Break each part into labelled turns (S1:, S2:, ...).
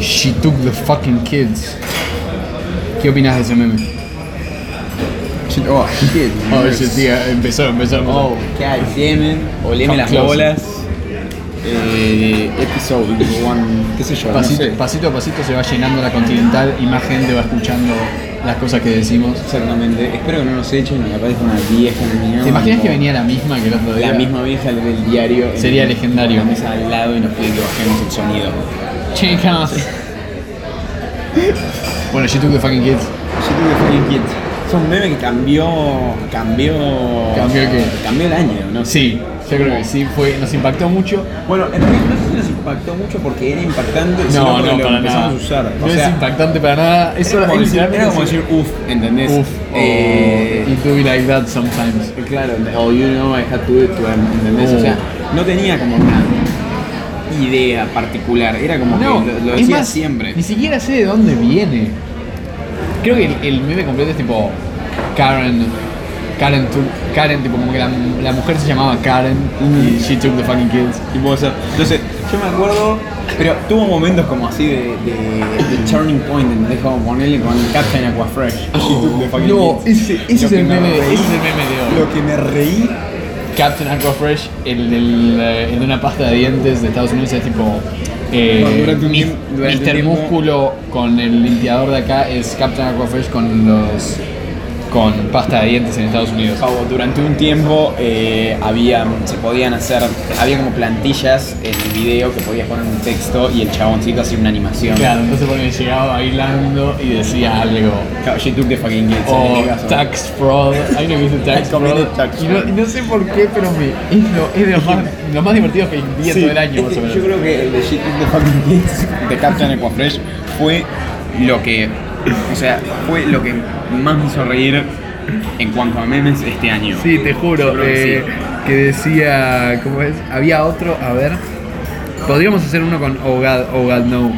S1: She took the fucking kids. ¿Qué opinas de ese meme?
S2: Shit, oh, shit.
S1: Oh, ese día empezó, empezó, empezó.
S2: Oh, god damn it. Oleme
S1: Come
S2: las
S1: closer.
S2: bolas. Eh, episode one, qué sé yo, no
S1: pasito,
S2: sé.
S1: pasito a pasito se va llenando la continental y más gente va escuchando las cosas que decimos.
S2: Exactamente. Espero que no nos echen, que aparezca una vieja en el
S1: ¿Te imaginas que venía la misma que el otro día?
S2: La misma vieja del diario. en-
S1: Sería legendario.
S2: en La mesa al lado y nos pide que bajemos el sonido.
S1: Chicas. bueno, she took the fucking kids.
S2: Yo tuve Flying Kids. Es un meme que cambió. cambió.
S1: ¿Cambió qué?
S2: Cambió el año, ¿no?
S1: Sí, yo creo que sí, fue, nos impactó mucho.
S2: Bueno, en realidad no sé si nos impactó mucho porque era impactante, sino
S1: No,
S2: porque
S1: no,
S2: lo
S1: para
S2: empezamos
S1: nada.
S2: a usar.
S1: No
S2: o sea,
S1: es impactante para nada. Eso
S2: era,
S1: era
S2: como decir,
S1: literalmente
S2: era como
S1: decir,
S2: decir uff, ¿entendés?
S1: Uf,
S2: Eh,
S1: it do be like that sometimes.
S2: Claro, o you know I had to do it to them, ¿entendés? O
S1: Oh.
S2: sea, no tenía como una idea particular, era como
S1: No,
S2: que lo, lo
S1: es
S2: decía
S1: más,
S2: siempre.
S1: Ni siquiera sé de dónde viene. Creo que el, el meme completo es tipo Karen. Karen, took- Karen tipo como que la, la mujer se llamaba Karen
S2: Mm.
S1: y she took the fucking kids.
S2: Tipo, o sea, entonces, yo me acuerdo, pero tuvo momentos como así de, de, de turning point, ¿entendés? Como ponerle con el Captain Aqua Fresh.
S1: No, ese, ese
S2: Lo
S1: es
S2: que
S1: el
S2: me
S1: meme, ese
S2: reí.
S1: es el meme de hoy.
S2: Lo que me reí
S1: Captain Aqua Fresh, el, del, eh, el de una pasta de dientes de Estados Unidos, es tipo. Eh,
S2: Bueno, durante un
S1: Mis-
S2: tiempo- durante un
S1: Mr.
S2: tiempo-
S1: Músculo con el limpiador de acá es Captain Aqua Fresh con los. con pasta de dientes en Estados Unidos.
S2: Pavo, durante un tiempo eh, había, se podían hacer, había como plantillas en el video que podías poner un texto y el chaboncito hacía una animación.
S1: Claro, entonces porque llegaba bailando y decía algo.
S2: Claro, She took the fucking kids. en
S1: O
S2: el caso.
S1: Oh, tax fraud, hay uno que dice tax
S2: I committed
S1: fraud.
S2: tax
S1: Y no, y no sé por qué, pero me, es, lo, es de los más, lo más divertido que vi
S2: Sí,
S1: todo el año, más
S2: este,
S1: o menos.
S2: Yo creo que el de She took the fucking kids de Captain Aquafresh fue lo que, o sea, fue lo que más me hizo reír en cuanto a memes este año.
S1: Sí, te juro.
S2: Creo que
S1: eh,
S2: sí.
S1: que decía. ¿Cómo es? Había otro, a ver. Podríamos hacer uno con Oh God, Oh God No.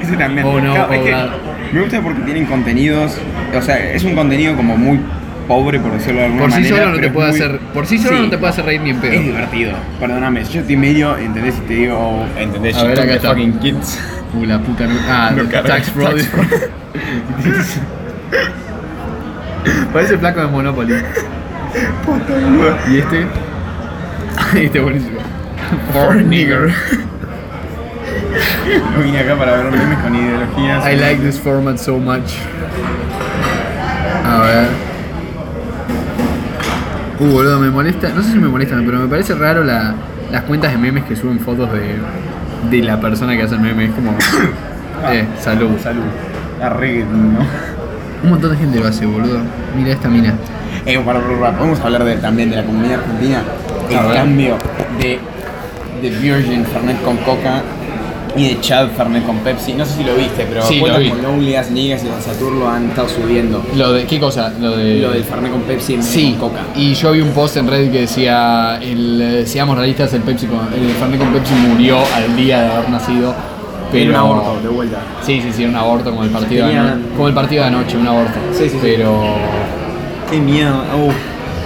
S2: Ese también.
S1: Oh, no,
S2: Claro, es
S1: oh,
S2: que
S1: God.
S2: me gusta porque tienen contenidos, o sea, es un contenido como muy pobre por decirlo de alguna
S1: Por sí
S2: manera.
S1: solo no
S2: pero
S1: te
S2: es
S1: puede
S2: muy-
S1: hacer. Por sí solo
S2: Sí.
S1: no te puede hacer reír ni en pedo.
S2: Es divertido, perdóname, si yo estoy medio, ¿entendés? Si te digo, oh, ¿entendés?
S1: A
S2: She
S1: ver,
S2: took
S1: acá
S2: the
S1: está.
S2: fucking kids.
S1: Uh, la puta. no- Ah,
S2: No, cara,
S1: tax fraud.
S2: tax fraud.
S1: Parece el flaco de Monopoly. ¿Y este? este es buenísimo.
S2: For nigger. Yo vine acá para ver memes con ideologías.
S1: I like this format so much. A ver. Uh, boludo, me molesta. No sé si me molestan, pero me parece raro la- las cuentas de memes que suben fotos de, de la persona que hace el meme. Es como. eh, salud.
S2: Salud. La reggaeton, ¿no?
S1: Un montón de gente lo hace, boludo. Mira esta mina.
S2: Eh, para, para, para, Vamos a hablar de- también de la comunidad argentina.
S1: A
S2: El
S1: ver.
S2: cambio de, de Virgin Fernet con Coca y de Chad Fernet con Pepsi. No sé si lo viste, pero
S1: Sí, lo
S2: cuentas
S1: vi.
S2: como Lonely As Niggas y Satur lo han estado subiendo.
S1: Lo de. ¿Qué cosa? Lo de.
S2: Lo del Fernet con Pepsi en vez de
S1: Sí,
S2: con Coca.
S1: y yo vi un post en Reddit que decía, el, eh, seamos realistas, el, Pepsi con- el Fernet con Pepsi murió al día de haber nacido, pero...
S2: Era un aborto, de vuelta.
S1: Sí, sí, sí, era un aborto como el partido, de,
S2: Tenían-
S1: ano- como el partido de anoche, un aborto.
S2: Sí, sí, sí.
S1: Pero...
S2: Qué miedo. au.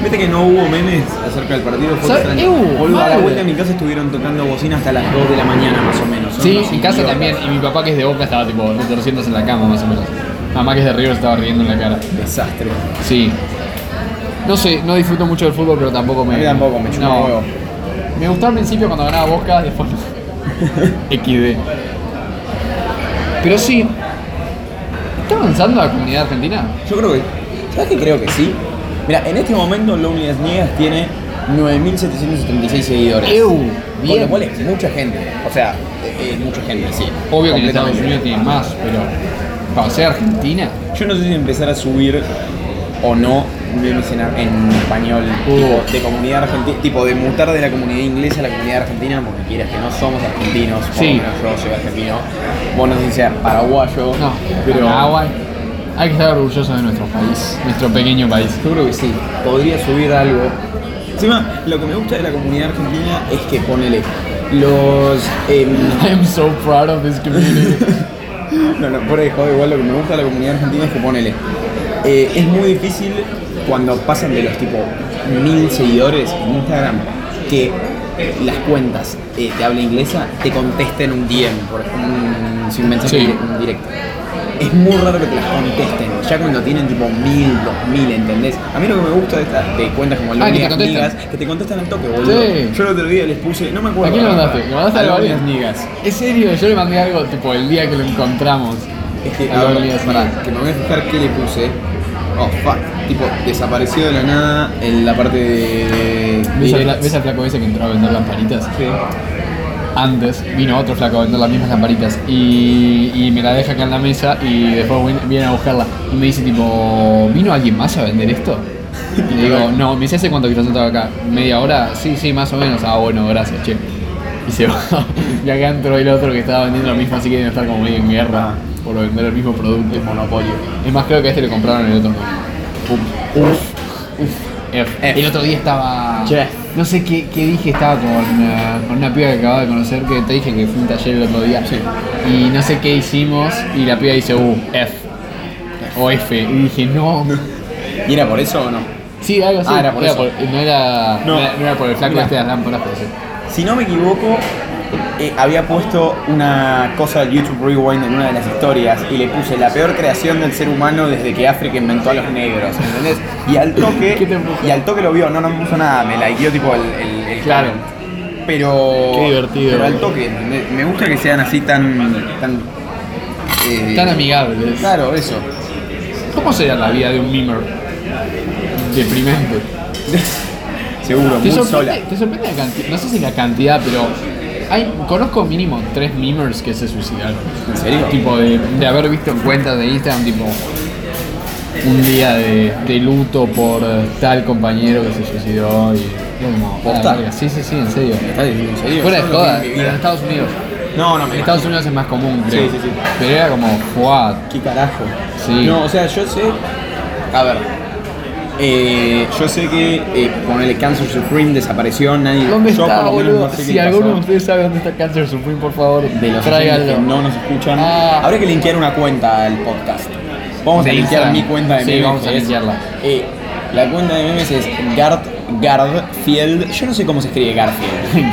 S2: Viste que no hubo memes acerca del partido. Fue
S1: ¿Sabes?
S2: extraño.
S1: Ew,
S2: Boludo, a la
S1: mal.
S2: vuelta de mi casa estuvieron tocando bocina hasta las 2 de la mañana más o menos. Son
S1: Sí,
S2: unos
S1: en casa
S2: idiotas.
S1: también, y mi papá que es de Boca estaba tipo retorciéndose en la cama más o menos. Mamá que es de River estaba riendo en la cara.
S2: Desastre.
S1: Sí. No sé, no disfruto mucho del fútbol, pero tampoco me...
S2: A mí tampoco, me chupa
S1: no.
S2: un huevo.
S1: Me gustó al principio cuando ganaba Boca, después no. XD. Pero sí, ¿está avanzando la comunidad argentina?
S2: Yo creo que. ¿Sabes qué creo que sí? Mira, en este momento Lonely As Niggas tiene 9.776 seguidores.
S1: ¡Ew!
S2: Con
S1: Bien.
S2: lo cual es mucha gente. O sea, eh, eh, mucha gente, sí.
S1: Obvio que en Estados
S2: Completamente.
S1: Unidos tienen más, pero para ser argentina.
S2: Yo no sé si empezar a subir o no memes en, ar- en español tipo, de comunidad argentina, tipo de mutar de la comunidad inglesa a la comunidad argentina, porque quieras que no somos argentinos, por
S1: Sí.
S2: lo menos yo soy argentino, vos no sé si seas paraguayo,
S1: No,
S2: pero
S1: Paraguay. Hay que estar orgullosos de nuestro país, nuestro pequeño país.
S2: yo creo que sí, podría subir algo. Encima, lo que me gusta de la comunidad argentina es que ponele los... em,
S1: I'm so proud of this community.
S2: No, no, por ahí joder, igual lo que me gusta de la comunidad argentina es que ponele. eh, es muy difícil cuando pasan de los tipo mil seguidores en Instagram que las cuentas eh, de habla inglesa te contesten un DM, por ejemplo, un, si un mensaje
S1: Sí.
S2: dire- un directo. Es muy raro que te las contesten, ya cuando tienen tipo mil, dos mil, ¿entendés? A mí lo que me gusta de, estas de cuentas como
S1: Ah, que te
S2: Leonidas
S1: contestan.
S2: Nigas, que te contestan al toque, boludo.
S1: Sí.
S2: Yo el otro día les puse, no me acuerdo.
S1: ¿A quién le
S2: la
S1: mandaste?
S2: verdad.
S1: ¿Le mandaste a
S2: a
S1: Leonidas?
S2: Leonidas Nigas.
S1: Es serio, yo le mandé algo tipo el día que lo encontramos.
S2: Es que,
S1: A
S2: a ver,
S1: Leonidas
S2: pará,
S1: Nigas.
S2: que me voy a fijar qué le puse. Oh, fuck. Tipo, desapareció de la nada en la parte de. de-
S1: ¿Ves al,
S2: directas.
S1: fla- ves al flaco ese que entró a vender lamparitas?
S2: Sí.
S1: Antes vino otro flaco a vender las mismas lamparitas y, y me la deja acá en la mesa y después vin- viene a buscarla y me dice tipo, ¿vino alguien más a vender esto? Y le digo, no, me dice, ¿hace cuánto que estás sentado acá? ¿Media hora? Sí, sí, más o menos. Ah, bueno, gracias, che. Y se va. y acá entró el otro que estaba vendiendo lo mismo, así que deben estar como medio en guerra por vender el mismo producto. Es monopolio. Es más, creo que a este le compraron el otro. Uf. F.
S2: F.
S1: El otro día estaba...
S2: Che.
S1: No sé qué, qué dije, estaba con, eh, con una piba que acababa de conocer, que te dije que fue un taller el otro día. Y no sé qué hicimos, y la piba dice, uh, F. O F. Y dije, no.
S2: ¿Y era por eso o no?
S1: Sí, algo así.
S2: Ah, era por eso.
S1: no, era, no.
S2: No.
S1: era, no era por el flaco
S2: Mira.
S1: este de las lámparas, pero sí.
S2: Si no me equivoco, eh, había puesto una cosa del YouTube Rewind en una de las historias y le puse la peor creación del ser humano desde que África inventó a los negros, ¿entendés? Y al
S1: ¿Qué te
S2: toque,
S1: puso?
S2: y al toque lo vio, no, no me puso nada, me likeó tipo el, el, el
S1: Claro.
S2: comment. Pero.
S1: Qué divertido.
S2: Pero al toque, ¿entendés? me gusta que sean así tan. tan. eh,
S1: Tan amigables.
S2: Claro, eso.
S1: ¿Cómo sería la vida de un mimer? Deprimente.
S2: Seguro, muy
S1: ¿Te sorprende,
S2: sola.
S1: te sorprende la cantidad? No sé si la cantidad, pero hay, conozco mínimo tres memers que se suicidaron.
S2: ¿En serio?
S1: Tipo de, de haber visto en cuentas de Instagram, tipo un día de, de luto por eh, tal compañero que se suicidó y, y era como, "Ah,
S2: ¿Posta?
S1: verga". Sí, sí, sí, en serio.
S2: ¿Estás diciendo en serio?
S1: Fuera
S2: Yo
S1: de
S2: no lo vi en
S1: joda,
S2: mi vida.
S1: pero en Estados Unidos.
S2: No, no,
S1: En
S2: me
S1: Estados
S2: imagino.
S1: Unidos es más común, creo.
S2: Sí, sí, sí.
S1: Pero era como, wow.
S2: ¿Qué carajo?
S1: Sí.
S2: No, o sea, yo sé. A ver. eh, yo sé que eh, ponerle Cancer Supreme desapareció, nadie.
S1: ¿Dónde
S2: yo
S1: está,
S2: por lo menos
S1: boludo?
S2: no sé qué
S1: si
S2: le
S1: alguno
S2: pasó.
S1: de ustedes sabe dónde está Cancer Supreme, por favor,
S2: de los oyentes
S1: tráiganlo.
S2: que no nos escuchan.
S1: Ah.
S2: Habría que linkear una cuenta al podcast. Vamos a
S1: De
S2: linkear
S1: Instagram.
S2: mi cuenta de
S1: Sí,
S2: memes.
S1: vamos a
S2: que es-
S1: linkearla.
S2: eh, la cuenta de memes es Gard, Gardfield. Yo no sé cómo se escribe Garfield.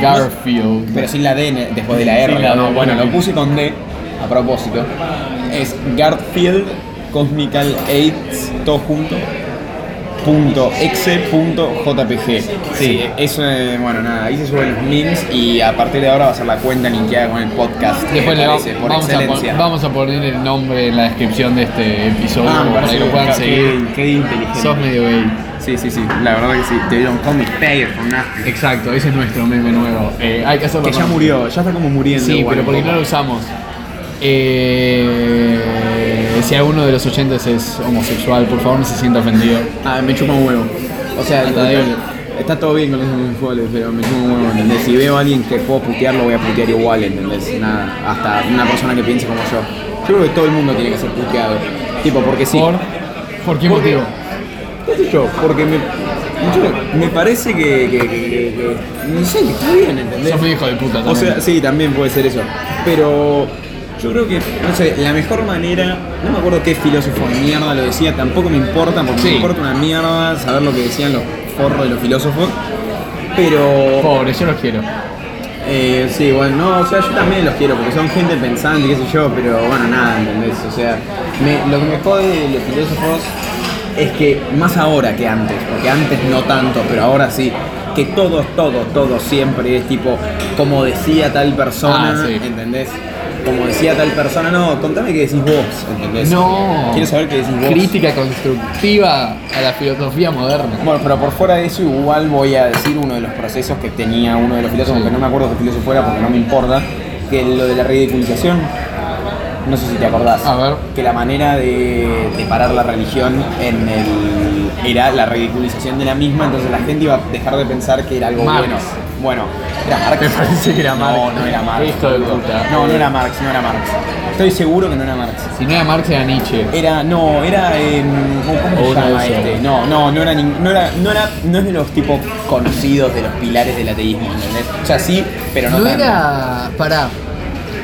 S1: Garfield.
S2: Pero sin la D en- después de la R.
S1: Sin la
S2: ¿no?
S1: D,
S2: Bueno,
S1: sí.
S2: lo puse con D a propósito. Es Garfield Cosmical AIDS, todo junto. Punto exe punto jpg. Sí, eso, eh, bueno, nada, ahí se suben los memes y a partir de ahora va a ser la cuenta linkeada con el podcast. me
S1: Después le va-
S2: parece, por
S1: vamos, a pon-
S2: excelencia.
S1: vamos a poner el nombre en la descripción de este episodio
S2: Ah, me
S1: para
S2: parece
S1: que lo
S2: que-
S1: puedan
S2: qué-
S1: seguir.
S2: Qué inteligente.
S1: Sos medio gay.
S2: Sí, sí, sí, la verdad que sí. Te dieron comic payer for nothing.
S1: Exacto, ese es nuestro meme nuevo. Eh, hay que hacerlo.
S2: Que ya
S1: con-
S2: murió, ya está como muriendo.
S1: Sí,
S2: igual
S1: pero
S2: un
S1: porque
S2: poco.
S1: no lo usamos. Eh, si alguno de los oyentes es homosexual, por favor no se sienta ofendido.
S2: Ah, me chupa un huevo. O sea,
S1: Hasta
S2: está,
S1: ahí.
S2: está todo bien con los homosexuales, pero me chupa un huevo, ¿entendés? Si veo a alguien que puedo putear, lo voy a putear igual, ¿entendés? Nada, hasta una persona que piense como yo. Yo creo que todo el mundo tiene que ser puteado. Tipo, porque sí.
S1: ¿Por? ¿Por qué
S2: Porque-
S1: motivo?
S2: ¿Qué sé yo? Porque me, yo- me parece que, que- que- que- que- No sé, que está bien, ¿entendés?
S1: Sos medio hijo de puta también.
S2: O sea, sí, también puede ser eso. Pero yo creo que, no sé, la mejor manera, no me acuerdo qué filósofo de mierda lo decía, tampoco me importa, porque
S1: Sí.
S2: me importa una mierda saber lo que decían los forros de los filósofos. Pero,
S1: Pobre, yo los quiero.
S2: eh, sí, bueno, no, o sea, yo también los quiero, porque son gente pensante, qué sé yo, pero bueno, nada, ¿entendés? O sea, me- lo que me jode de los filósofos es que, más ahora que antes, porque antes no tanto, pero ahora sí, que todo, todo, todo siempre es tipo, como decía tal persona,
S1: Ah, sí.
S2: ¿entendés? Como decía tal persona, no, contame qué decís vos, ¿entendés?
S1: No.
S2: Quiero saber qué decís vos.
S1: Crítica constructiva a la filosofía moderna.
S2: Bueno, pero por fuera de eso igual voy a decir uno de los procesos que tenía uno de los filósofos,
S1: Sí.
S2: que no me acuerdo qué filósofo era porque no me importa, que lo de la ridiculización, no sé si te acordás,
S1: A ver.
S2: que la manera de, de parar la religión en el, era la ridiculización de la misma, entonces la gente iba a dejar de pensar que era algo
S1: Marx.
S2: bueno. Bueno, era Marx.
S1: Me parece que era
S2: No,
S1: Marx.
S2: no era Marx.
S1: Hijo de
S2: boludo.
S1: puta.
S2: No, no era Marx, no era Marx. Estoy seguro que no era Marx.
S1: Si no era Marx, era Nietzsche.
S2: Era, no, era. em, ¿Cómo
S1: O
S2: se
S1: uno
S2: llama
S1: de esos.
S2: este? No, no, no era, nin- no era. No era. No es de los tipos conocidos de los pilares del ateísmo, ¿entendés? O sea, sí, pero no.
S1: No
S2: tanto.
S1: era. Pará.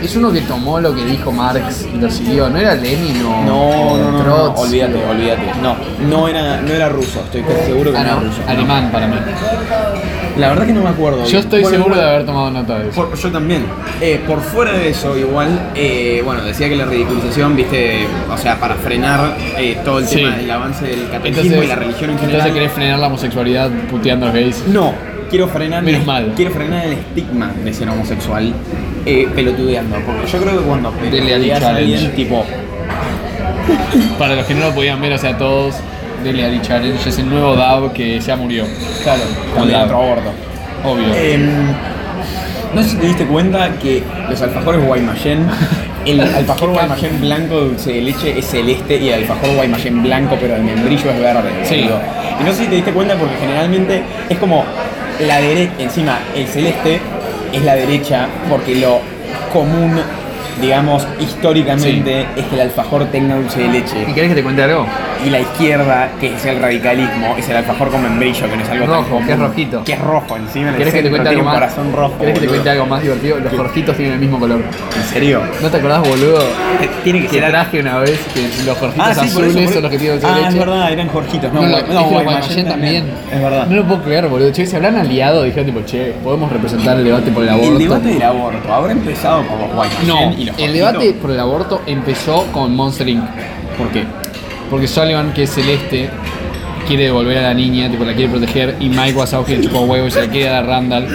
S1: es uno que tomó lo que dijo Marx y lo siguió. No era Lenin o
S2: No,
S1: o
S2: no, no, no,
S1: Trotsky
S2: olvídate,
S1: o-
S2: olvídate. No, no era, no era ruso, estoy seguro que
S1: Ah,
S2: no, era
S1: no,
S2: ruso.
S1: alemán para mí.
S2: La verdad que no me acuerdo.
S1: Yo
S2: bien.
S1: estoy
S2: Bueno,
S1: seguro de
S2: bueno,
S1: haber tomado nota de eso.
S2: por- yo también. Eh, por fuera de eso, igual, eh, bueno, decía que la ridiculización, viste, o sea, para frenar eh, todo el
S1: Sí.
S2: tema del avance del catolicismo y la religión en general.
S1: entonces querés frenar la homosexualidad puteando a los gays.
S2: No, quiero frenar,
S1: Menos mal.
S2: quiero frenar el estigma de ser homosexual eh, pelotudeando. Porque yo creo que cuando
S1: Dele al
S2: pelotudeas a
S1: challenge.
S2: alguien, tipo,
S1: Para los que no lo podían ver, o sea, todos, Dele Ali Challenge es el nuevo DAB que ya murió.
S2: claro,
S1: Con
S2: también
S1: la-
S2: otro gordo.
S1: Obvio.
S2: Em, no sé si te diste cuenta que los alfajores Guaymallén, el alfajor Guaymallén blanco de dulce de leche es celeste y el alfajor Guaymallén blanco pero el membrillo es verde.
S1: Sí.
S2: boludo. Y no sé si te diste cuenta porque generalmente es como la derecha, encima el celeste es la derecha porque lo común, digamos, históricamente es que el alfajor tenga dulce de leche.
S1: ¿Y querés que te cuente algo?
S2: Y la izquierda, que es el radicalismo, es el alfajor con membrillo, que no es algo tan
S1: Rojo,
S2: común.
S1: que es rojito.
S2: Que es rojo encima. en el
S1: ¿Querés que te
S2: centro,
S1: cuente algo
S2: tiene un
S1: más?
S2: corazón rojo.
S1: ¿Querés que te
S2: boludo.
S1: cuente algo más divertido? Los
S2: ¿Qué?
S1: jorjitos tienen el mismo color.
S2: ¿En serio? Eh,
S1: ¿No te acordás, boludo?
S2: Tiene que
S1: Que
S2: ser algo.
S1: traje una vez que los jorjitos
S2: Ah, sí, por
S1: azules
S2: eso, por eso.
S1: son los que tienen dulce de
S2: Ah,
S1: leche.
S2: es verdad, eran Jorjitos. No,
S1: No, no,
S2: Guay-
S1: es que
S2: no,
S1: los
S2: Guaymallén
S1: Guaymallén también.
S2: Es verdad.
S1: No lo puedo creer, boludo. Che, se habrán aliado, dijeron tipo, che, podemos representar el debate por el aborto.
S2: El debate del aborto habrá empezado por los Guaymallén
S1: No,
S2: y los
S1: el
S2: Jorjitos?
S1: debate por el aborto empezó con Monster Inc.
S2: ¿Por qué?
S1: Porque Sullivan, que es celeste, quiere devolver a la niña, tipo la quiere proteger, y Mike Wazowski le chupó huevo y se la quiere dar a Randall.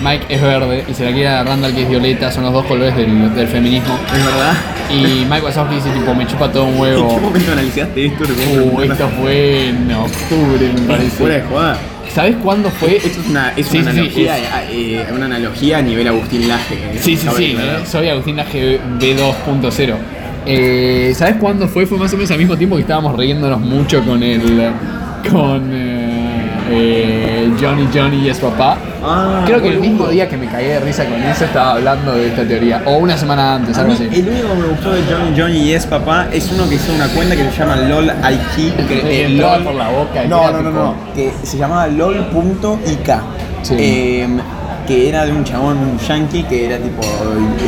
S1: Mike es verde y se la quiere dar a Randall, que es violeta, son los dos colores del, del feminismo.
S2: Es verdad.
S1: Y Mike Wazowski dice, tipo, me chupa todo un
S2: ¿En
S1: huevo.
S2: qué momento analizaste esto?
S1: Uh, esto fue en octubre, me
S2: Fuera de
S1: parece.
S2: jugada.
S1: ¿Sabes cuándo fue?
S2: Esto es una, es
S1: Sí,
S2: una
S1: sí,
S2: analogía,
S1: es-
S2: eh, eh, una analogía a nivel Agustín Laje. que
S1: Sí, sí,
S2: acabo de
S1: sí,
S2: aclarar.
S1: soy Agustín Laje B2.0. Eh, ¿Sabes cuándo fue? Fue más o menos al mismo tiempo que estábamos riéndonos mucho con el. con. eh, eh, Johnny Johnny y es papá.
S2: Ah,
S1: Creo que el
S2: boludo.
S1: mismo día que me caí de risa con eso estaba hablando de esta teoría. O una semana antes,
S2: A
S1: algo
S2: mí,
S1: así.
S2: el único que me gustó de Johnny Johnny y es papá es uno que hizo una cuenta que se llama LOL IQ. Que, eh,
S1: Que entraba por la boca y
S2: No,
S1: era
S2: no, no,
S1: tipo-
S2: no. Que se llamaba LOL.IK.
S1: Sí.
S2: Em, que era de un chabón, un yankee, que era tipo.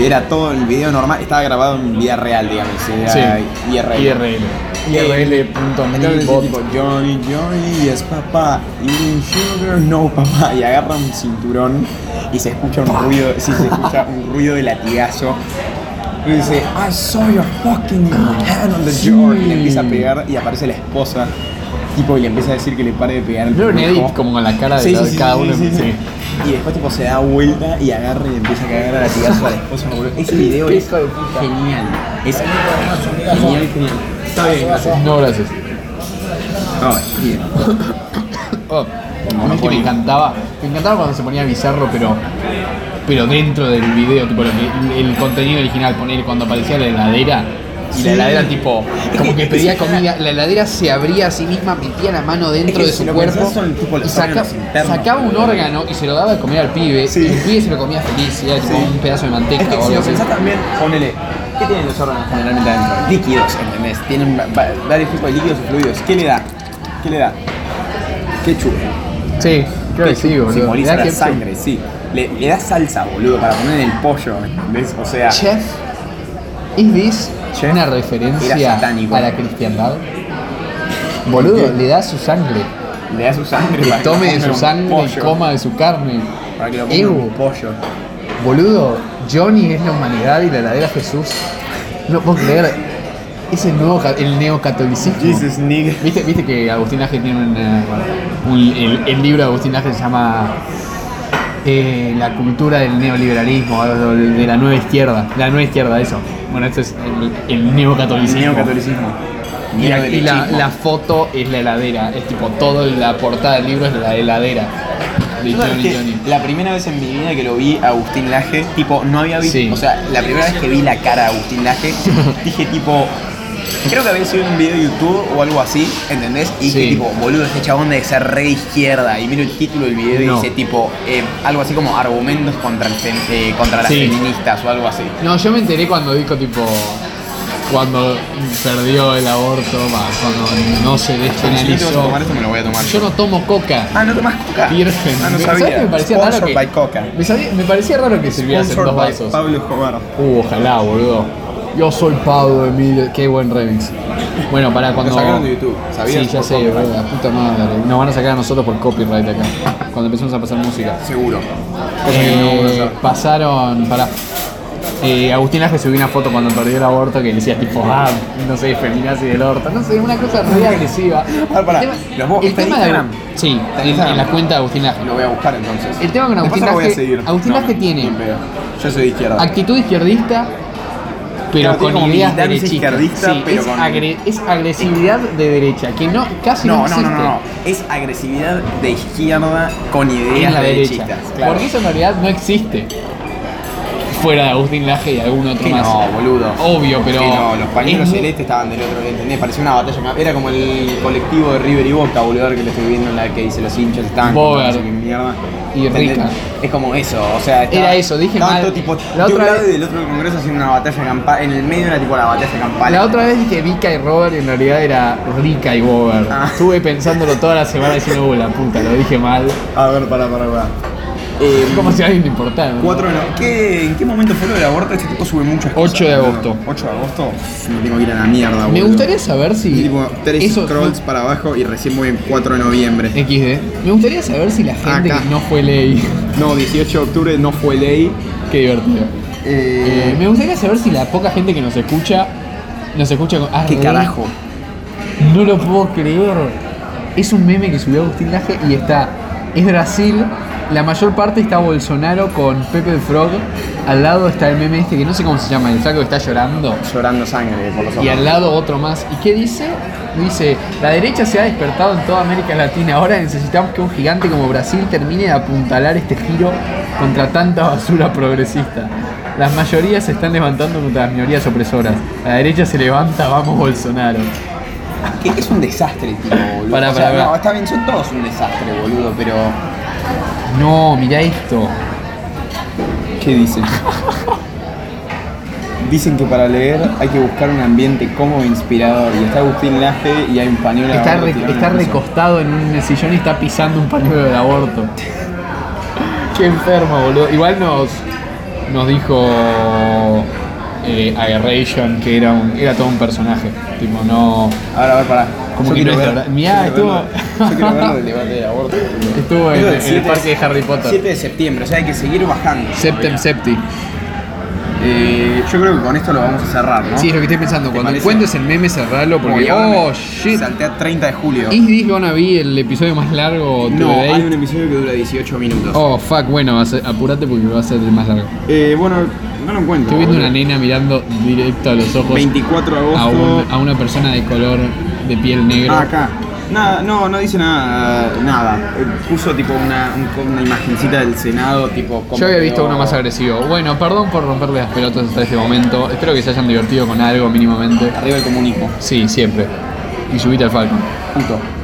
S2: Era todo el video normal, estaba grabado en vida real, digamos. Era
S1: Sí.
S2: IRL.
S1: IRL.
S2: Entonces,
S1: IRL.milbot.
S2: tipo, Johnny, Johnny, es papá. Eating sugar, no papá. Y agarra un cinturón y se escucha un ruido, sí, se escucha un ruido de latigazo. Y dice, I saw your fucking hand on the
S1: Sí.
S2: door. Y le empieza a pegar y aparece la esposa. Tipo, y le empieza a decir que le pare de pegar al
S1: No era un
S2: pendejo.
S1: edit como con la cara de
S2: Sí,
S1: la-
S2: sí, sí,
S1: cada
S2: sí,
S1: uno.
S2: sí, sí.
S1: sí.
S2: Y después tipo se da vuelta y agarra y le empieza a cagar a latigazo a la esposa. boludo. Ese video es
S1: Hijo de puta.
S2: genial. Es genial, genial. Está bien, gracias.
S1: No, gracias.
S2: No, bien.
S1: Oh, a mí es que me encantaba, me encantaba cuando se ponía bizarro, pero pero dentro del video, tipo lo que- el contenido original, poner cuando aparecía la heladera y
S2: Sí.
S1: la heladera tipo como que pedía
S2: Es que-
S1: comida, la heladera se abría a sí misma, metía la mano
S2: Es
S1: dentro
S2: que
S1: de
S2: si
S1: su
S2: lo
S1: cuerpo
S2: pensás son, tipo, los
S1: y saca-
S2: órganos internos,
S1: sacaba un
S2: boludo.
S1: órgano y se lo daba de comer al pibe
S2: Sí.
S1: y el pibe se lo comía feliz, y era tipo
S2: Sí.
S1: un pedazo de manteca
S2: Es que
S1: o
S2: si
S1: algo
S2: lo
S1: así.
S2: pensás también, ponele, ¿qué tienen los órganos generalmente adentro? Líquidos, ¿entendés? Tienen va- va- varios tipos de líquidos y fluidos. ¿Qué le da? ¿Qué le da? Ketchup.
S1: Sí, creo que
S2: Ketchup
S1: sí, boludo.
S2: Simboliza
S1: Mirá
S2: la
S1: que-
S2: sangre, sí. Le, le da salsa, boludo, para poner en el pollo, ¿entendés? O sea,
S1: Chef, ¿is this
S2: Chef
S1: una
S2: era
S1: referencia
S2: satánico.
S1: a la cristiandad? Boludo, le da su sangre.
S2: le da su sangre
S1: Que
S2: para que
S1: tome de
S2: lo ponga en
S1: su
S2: un
S1: sangre y
S2: pollo,
S1: coma de su carne.
S2: Para que lo ponga en un
S1: Ew,
S2: pollo.
S1: boludo, Johnny es la humanidad y la heladera es Jesús. No puedo creer. Es el, nuevo, ca- el neocatolicismo.
S2: Jesus, nigga.
S1: ¿Viste, viste que Agustín Laje tiene un, eh, un- el, el libro de Agustín Laje se llama eh, La cultura del neoliberalismo, algo de de la nueva izquierda, la nueva izquierda, eso. Bueno, esto es el, el neocatolicismo.
S2: Neocatolicismo.
S1: Y, la, y la-
S2: Neoderechismo.
S1: la foto es la heladera, es tipo, toda la portada del libro es la heladera. De
S2: Yo sabes
S1: Johnny
S2: que
S1: Johnny.
S2: La primera vez en mi vida que lo vi a Agustín Laje, tipo, no había visto.
S1: Sí.
S2: O sea, la primera vez que vi la cara de Agustín Laje, dije tipo. Creo que había sido un video de YouTube o algo así, ¿entendés? Y dije
S1: Sí.
S2: tipo, boludo, este chabón debe ser re izquierda. Y miro el título del video
S1: No.
S2: y dice tipo, eh, algo así como argumentos contra, el fem- eh, contra las
S1: Sí.
S2: feministas o algo así.
S1: No, yo me enteré cuando dijo tipo. cuando perdió el aborto, va, cuando no se
S2: Angelito, vas a
S1: despenalizó.
S2: tomar esto, me lo voy a tomar.
S1: Yo no tomo coca.
S2: Ah, no tomas coca.
S1: Virgen.
S2: Ah, no
S1: ¿Sabes
S2: sabía.
S1: que me parecía raro
S2: Sponsored
S1: que-
S2: by Coca.
S1: Me, sabía- me parecía raro que sirvieras en
S2: Sponsored
S1: dos
S2: by
S1: vasos.
S2: Pablo Escobar.
S1: Uh, ojalá, boludo. Yo soy Pablo Emilio. Qué buen remix. Bueno, para cuando.
S3: sacaron de YouTube, ¿sabías?
S1: Sí, ya
S3: Por
S1: sé,
S3: copyright.
S1: boludo. La puta madre. Nos van a sacar a nosotros por copyright acá. Cuando empecemos a pasar música.
S2: Seguro.
S1: Eh, pasaron. Pará. Eh, Agustín Laje subió una foto cuando perdió el aborto que decía tipo, ah, no sé, feminazi del orto. No sé, una cosa muy agresiva.
S2: Ahora, Ah, pará.
S1: El tema-
S2: ¿Los vos-
S1: el
S2: está en
S1: tema de-
S2: Instagram?
S1: Sí,
S2: Está en
S1: en,
S2: Instagram.
S1: en la cuenta de Agustín Laje.
S3: Lo voy a buscar entonces.
S1: El tema con
S2: Después
S1: Agustín
S2: lo voy a
S1: Laje.
S2: seguir.
S1: Agustín
S2: No,
S1: Laje
S2: no,
S1: tiene
S2: ni en pedo. Yo soy de izquierda.
S1: actitud izquierdista, pero
S2: Claro,
S1: con
S2: tiene como
S1: ideas
S2: militancia
S1: derechistas.
S2: izquierdista,
S1: Sí,
S2: pero
S1: es,
S2: con-
S1: agre- es agresividad de derecha, que no, casi no,
S2: No, no,
S1: existe
S2: no, no, no. Es agresividad de izquierda con
S1: en
S2: ideas
S1: la derecha.
S2: derechistas. Claro.
S1: Porque eso en realidad no existe. Fuera de Agustín Laje y algún otro
S2: Que
S1: más.
S2: no, boludo.
S1: Obvio, pero.
S2: Que no, los
S1: es
S2: pañuelos
S1: muy-
S2: celestes estaban del otro lado, ¿entendés? Parecía una batalla. más- Era como el colectivo de River y Boca, boludo, que lo estoy viendo en la que dice los hinchas están.
S1: Boer.
S2: no sé qué mierda.
S1: Y
S2: ¿Entendés?
S1: Rica.
S2: Es como eso, o sea.
S1: Era eso, dije
S2: tanto
S1: mal.
S2: Tipo,
S1: La
S2: de
S1: otra
S2: un lado
S1: vez-
S2: y del otro del Congreso haciendo una batalla campal. En el medio era tipo la batalla campal.
S1: La otra vez dije Vika y Robert y en realidad era Rica y Bober.
S2: Ah.
S1: Estuve pensándolo toda la semana diciendo, "Uh, la puta, lo dije mal.
S2: A ver, pará, pará, pará. Em,
S1: Como si a alguien le importara. ¿no?
S2: Cuatro de no- ¿Qué, ¿En qué momento fue lo del aborto? Este tipo sube muchas cosas.
S1: 8 de
S2: boludo.
S1: agosto.
S2: 8 de agosto. Me tengo que ir a la mierda, boludo.
S1: Me gustaría saber si.
S2: Tipo, tres
S1: eso- Eh.
S2: scrolls para abajo y recién voy en 4 de noviembre.
S1: XD. Me gustaría saber si la gente
S2: Acá.
S1: que no fue ley.
S2: No, 18 de octubre no fue ley.
S1: Qué divertido. Eh,
S2: Eh,
S1: me gustaría saber si la poca gente que nos escucha. Nos escucha con. ah,
S2: ¿Qué
S1: re.
S2: carajo?
S1: No lo puedo creer. Es un meme que subió Agustín Laje y está. Es Brasil. La mayor parte está Bolsonaro con Pepe el Frog. Al lado está el meme este que no sé cómo se llama, el saco que está llorando.
S2: Llorando sangre por los ojos.
S1: Y al lado otro más. ¿Y qué dice? Dice, la derecha se ha despertado en toda América Latina. Ahora necesitamos que un gigante como Brasil termine de apuntalar este giro contra tanta basura progresista. Las mayorías se están levantando contra las minorías opresoras. La derecha se levanta, vamos Bolsonaro.
S2: Ah, Que es un desastre, tipo, boludo.
S1: Pará,
S2: O sea,
S1: pará, pará.
S2: No, está bien, son todos un desastre, boludo, pero.
S1: No, mira esto.
S2: ¿Qué dicen? Dicen que para leer hay que buscar un ambiente cómodo e inspirador. Y está Agustín Laje y hay un pañuelo de
S1: Está,
S2: aborto
S1: re-
S2: tirado en
S1: está
S2: el piso.
S1: recostado en un sillón y está pisando un pañuelo de aborto. Qué enfermo, boludo. Igual nos, nos dijo eh, Aberration que era, un, era todo un personaje. Tipo, no.
S2: Ahora, a ver, pará.
S1: Como
S2: Yo
S1: que
S2: quiero
S1: no es
S2: ver-
S1: la- Mirá,
S2: yo
S1: estuvo-
S2: quiero verlo- Yo quiero verlo del debate de aborto. boludo.
S1: Estuvo en-
S2: Esto del
S1: en el
S2: siete-
S1: parque de Harry Potter.
S2: 7 de septiembre, o sea, hay que seguir bajando.
S1: Septem
S2: todavía.
S1: Septi.
S2: Eh, yo creo que con esto lo vamos a cerrar, ¿no?
S1: Sí, es lo que estoy pensando.
S2: ¿Te
S1: Cuando
S2: parece? eh,
S1: encuentres el meme, cerralo
S2: Uy,
S1: porque.
S2: ahora me
S1: Oh, shit.
S2: Salté a 30 de julio.
S1: Is this gonna be el episodio más largo
S2: No,
S1: today?
S2: hay un episodio que dura 18 minutos.
S1: Oh, fuck, bueno, hace- apurate porque va a ser el más largo.
S2: Eh, bueno, no lo encuentro.
S1: Estoy viendo
S2: boludo.
S1: una Ah, nena mirando directo a los ojos
S2: 24 de
S1: a, un-
S2: agosto.
S1: a una persona de color de piel
S2: Ah,
S1: negra.
S2: acá. Nada, no, no dice nada. Nada. Eh, Puso tipo una, un- una imagencita del Senado, tipo. como
S1: Yo había
S2: quedó-
S1: visto uno más agresivo. Bueno, perdón por romperle las pelotas hasta este momento. Espero que se hayan divertido con algo mínimamente.
S2: Arriba el comunismo.
S1: Sí, siempre. Y subite al Falcon.
S2: Punto.